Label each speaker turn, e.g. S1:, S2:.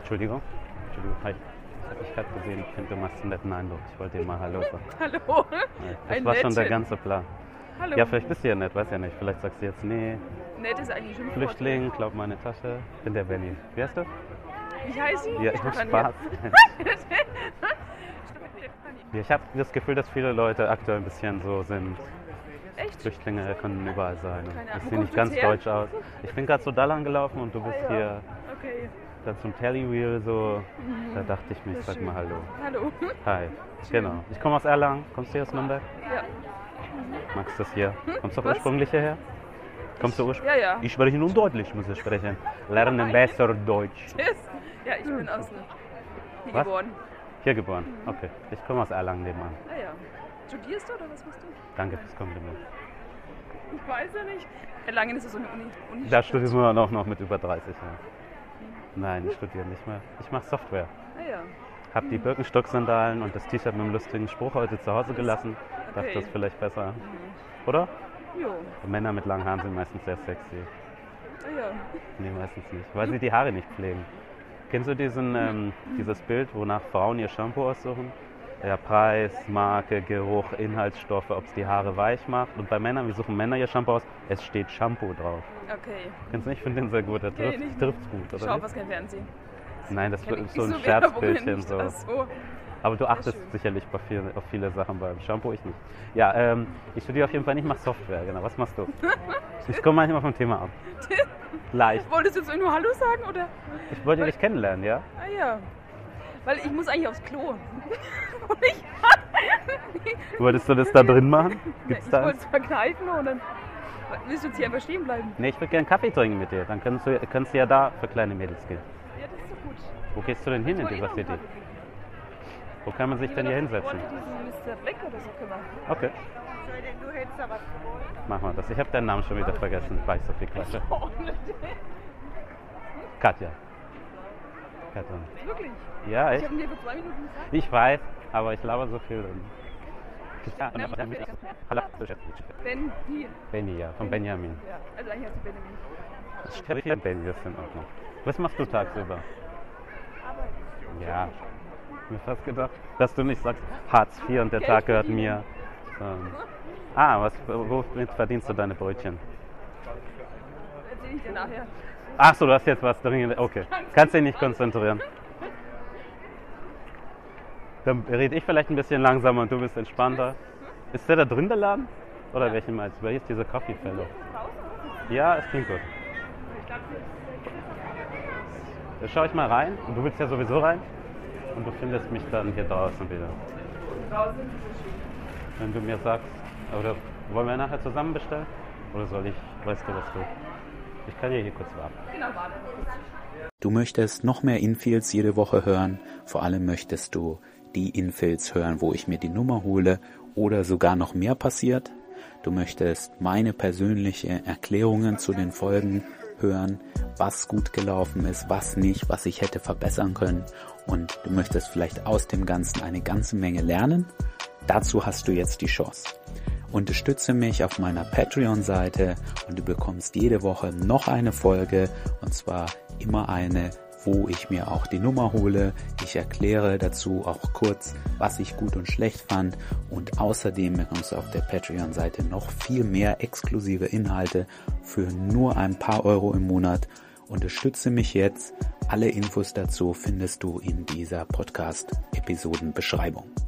S1: Entschuldigung. Entschuldigung. Hi. Ich habe mich gerade gesehen, ich finde, du machst einen netten Eindruck. Ich wollte dir mal Hallo sagen.
S2: Hallo.
S1: Ja, Das
S2: Ein
S1: war schon der
S2: netten.
S1: ganze Plan.
S2: Hallo.
S1: Ja, vielleicht bist du ja nett, weiß ja nicht. Vielleicht sagst du jetzt, nee,
S2: Nett ist eigentlich schon
S1: Flüchtling, glaub meine Tasche. Bin der Berlin. Wie heißt du?
S2: Wie heißt sie?
S1: Ja, ich
S2: Ich
S1: hab
S2: kann
S1: Spaß.
S2: nicht. Stimmt, ich kann nicht.
S1: Ja, ich habe das Gefühl, dass viele Leute aktuell ein bisschen so sind.
S2: Echt?
S1: Flüchtlinge können überall sein.
S2: Keine Ahnung.
S1: Ich
S2: Wo
S1: sehe nicht
S2: kommst du
S1: ganz
S2: her?
S1: deutsch aus. Ich bin gerade so da lang gelaufen und du bist
S2: Ah, ja.
S1: hier
S2: Okay.
S1: da zum Telly Wheel so. Da dachte Mhm. ich mir, ich
S2: das
S1: sag
S2: schön.
S1: mal Hallo.
S2: Hallo.
S1: Hi. Genau. Ich komme aus Erlangen. Kommst du hier aus Nürnberg?
S2: Ja.
S1: Magst du das hier? Kommst du
S2: Hm? Was?
S1: ursprünglich hierher? Kommst du ursprünglich?
S2: Ja, ja.
S1: Ich spreche nun Deutsch, muss ich sprechen. Lernen besser Deutsch.
S2: Tschüss. Ja, ich bin aus hier
S1: Was?
S2: geboren.
S1: Hier geboren. Okay. Ich komme aus Erlangen nebenan.
S2: Ah ja. Studierst du oder was machst du?
S1: Danke fürs Kompliment.
S2: Ich weiß ja nicht. Erlangen ist so eine Uni. Uni
S1: Da studieren wir auch noch mit über 30 Jahren. Nein, ich studiere nicht mehr. Ich mache Software.
S2: Ah ja.
S1: Hab die Birkenstock-Sandalen und das T-Shirt mit dem lustigen Spruch heute zu Hause gelassen. Dachte,
S2: Okay. Mhm.
S1: das ist vielleicht besser. Oder?
S2: Jo.
S1: Männer mit langen Haaren sind meistens sehr sexy.
S2: Ah ja.
S1: Nee, meistens nicht, weil sie die Haare nicht pflegen. Kennst du diesen, ähm, dieses Bild, wonach Frauen ihr Shampoo aussuchen? Ja, Preis, Marke, Geruch, Inhaltsstoffe, ob es die Haare weich macht. Und bei Männern, wir suchen Männer ihr Shampoo aus, es steht Shampoo drauf.
S2: Okay.
S1: Kennst du nicht? Ich finde den sehr gut, der
S2: Kenn ich
S1: trifft
S2: nicht.
S1: trifft's gut,
S2: Ich
S1: oder?
S2: schaue
S1: Nicht?
S2: fast kein Fernsehen.
S1: Nein, das
S2: Kenn
S1: ist
S2: ich
S1: so ein
S2: Werbungen
S1: Scherzbildchen.
S2: nicht.
S1: So.
S2: Ach so.
S1: Aber du achtest
S2: Ah, schön.
S1: sicherlich bei viel, auf viele Sachen beim Shampoo, ich nicht. Ja, ähm, ich studiere auf jeden Fall nicht, mach Software, genau. Was machst du? Ich komme manchmal vom Thema ab. Leicht.
S2: Wolltest du jetzt nur Hallo sagen oder?
S1: Ich wollte dich kennenlernen, ja?
S2: Ah ja. Weil ich muss eigentlich aufs Klo. Und ich,
S1: Wolltest du das da drin machen? Gibt's
S2: ich
S1: da
S2: wollte es
S1: eins?
S2: verkneifen und dann willst du jetzt hier einfach stehen bleiben.
S1: Nee, ich würde gerne Kaffee trinken mit dir. Dann kannst du, kannst du ja da für kleine Mädels gehen.
S2: Ja, das ist so gut.
S1: Wo gehst du denn hin in
S2: wollte eh
S1: dieser
S2: noch einen
S1: City?
S2: Kaffee trinken.
S1: Wo kann man sich denn hier
S2: Ich
S1: hinsetzen?
S2: wollte diesen Mr. Black oder so kümmern.
S1: Okay, machen wir das. Ich habe deinen Namen schon wieder vergessen, weil ich so viel quatsche. Katja. Katja.
S2: Wirklich?
S1: Ja,
S2: Ich
S1: echt?
S2: habe dir vor zwei Minuten gesagt.
S1: Ich weiß, aber ich laber so viel.
S2: Ben, hier.
S1: Benny, ja, von Benjamin.
S2: Ja, also eigentlich heißt du Benjamin.
S1: Benny ist in Ordnung. Was machst du tagsüber? Ja, mir fast gedacht, dass du nicht sagst, Hartz IV und der
S2: Geld
S1: Tag gehört mir.
S2: verdienen.
S1: Ähm, ah, was, womit verdienst du deine Brötchen?
S2: Erzähl ich dir nachher.
S1: Ach so, du hast jetzt was dringend. Okay, kannst dich nicht konzentrieren. Dann rede ich vielleicht ein bisschen langsamer und du bist entspannter. Ist der da drin der Laden? Oder welchen meinst du? Hier ist diese Coffee Fellow. Ja, es klingt gut. Dann schaue ich mal rein. Und du willst ja sowieso rein. Und du findest mich dann hier draußen wieder.
S2: Draußen ist es schön.
S1: Wenn du mir sagst, oder wollen wir nachher zusammen bestellen? Oder soll ich, weißt du was du? Ich kann ja hier kurz warten.
S2: Genau, warte.
S3: Du möchtest noch mehr Infills jede Woche hören. Vor allem möchtest du die Infills hören, wo ich mir die Nummer hole oder sogar noch mehr passiert. Du möchtest meine persönliche Erklärungen zu den Folgen hören, was gut gelaufen ist, was nicht, was ich hätte verbessern können. Und du möchtest vielleicht aus dem Ganzen eine ganze Menge lernen. Dazu hast du jetzt die Chance. Unterstütze mich auf meiner Patreon-Seite und du bekommst jede Woche noch eine Folge und zwar immer eine, wo ich mir auch die Nummer hole. Ich erkläre dazu auch kurz, was ich gut und schlecht fand und außerdem bekommst du auf der Patreon-Seite noch viel mehr exklusive Inhalte für nur ein paar Euro im Monat. Unterstütze mich jetzt. Alle Infos dazu findest du in dieser Podcast-Episodenbeschreibung.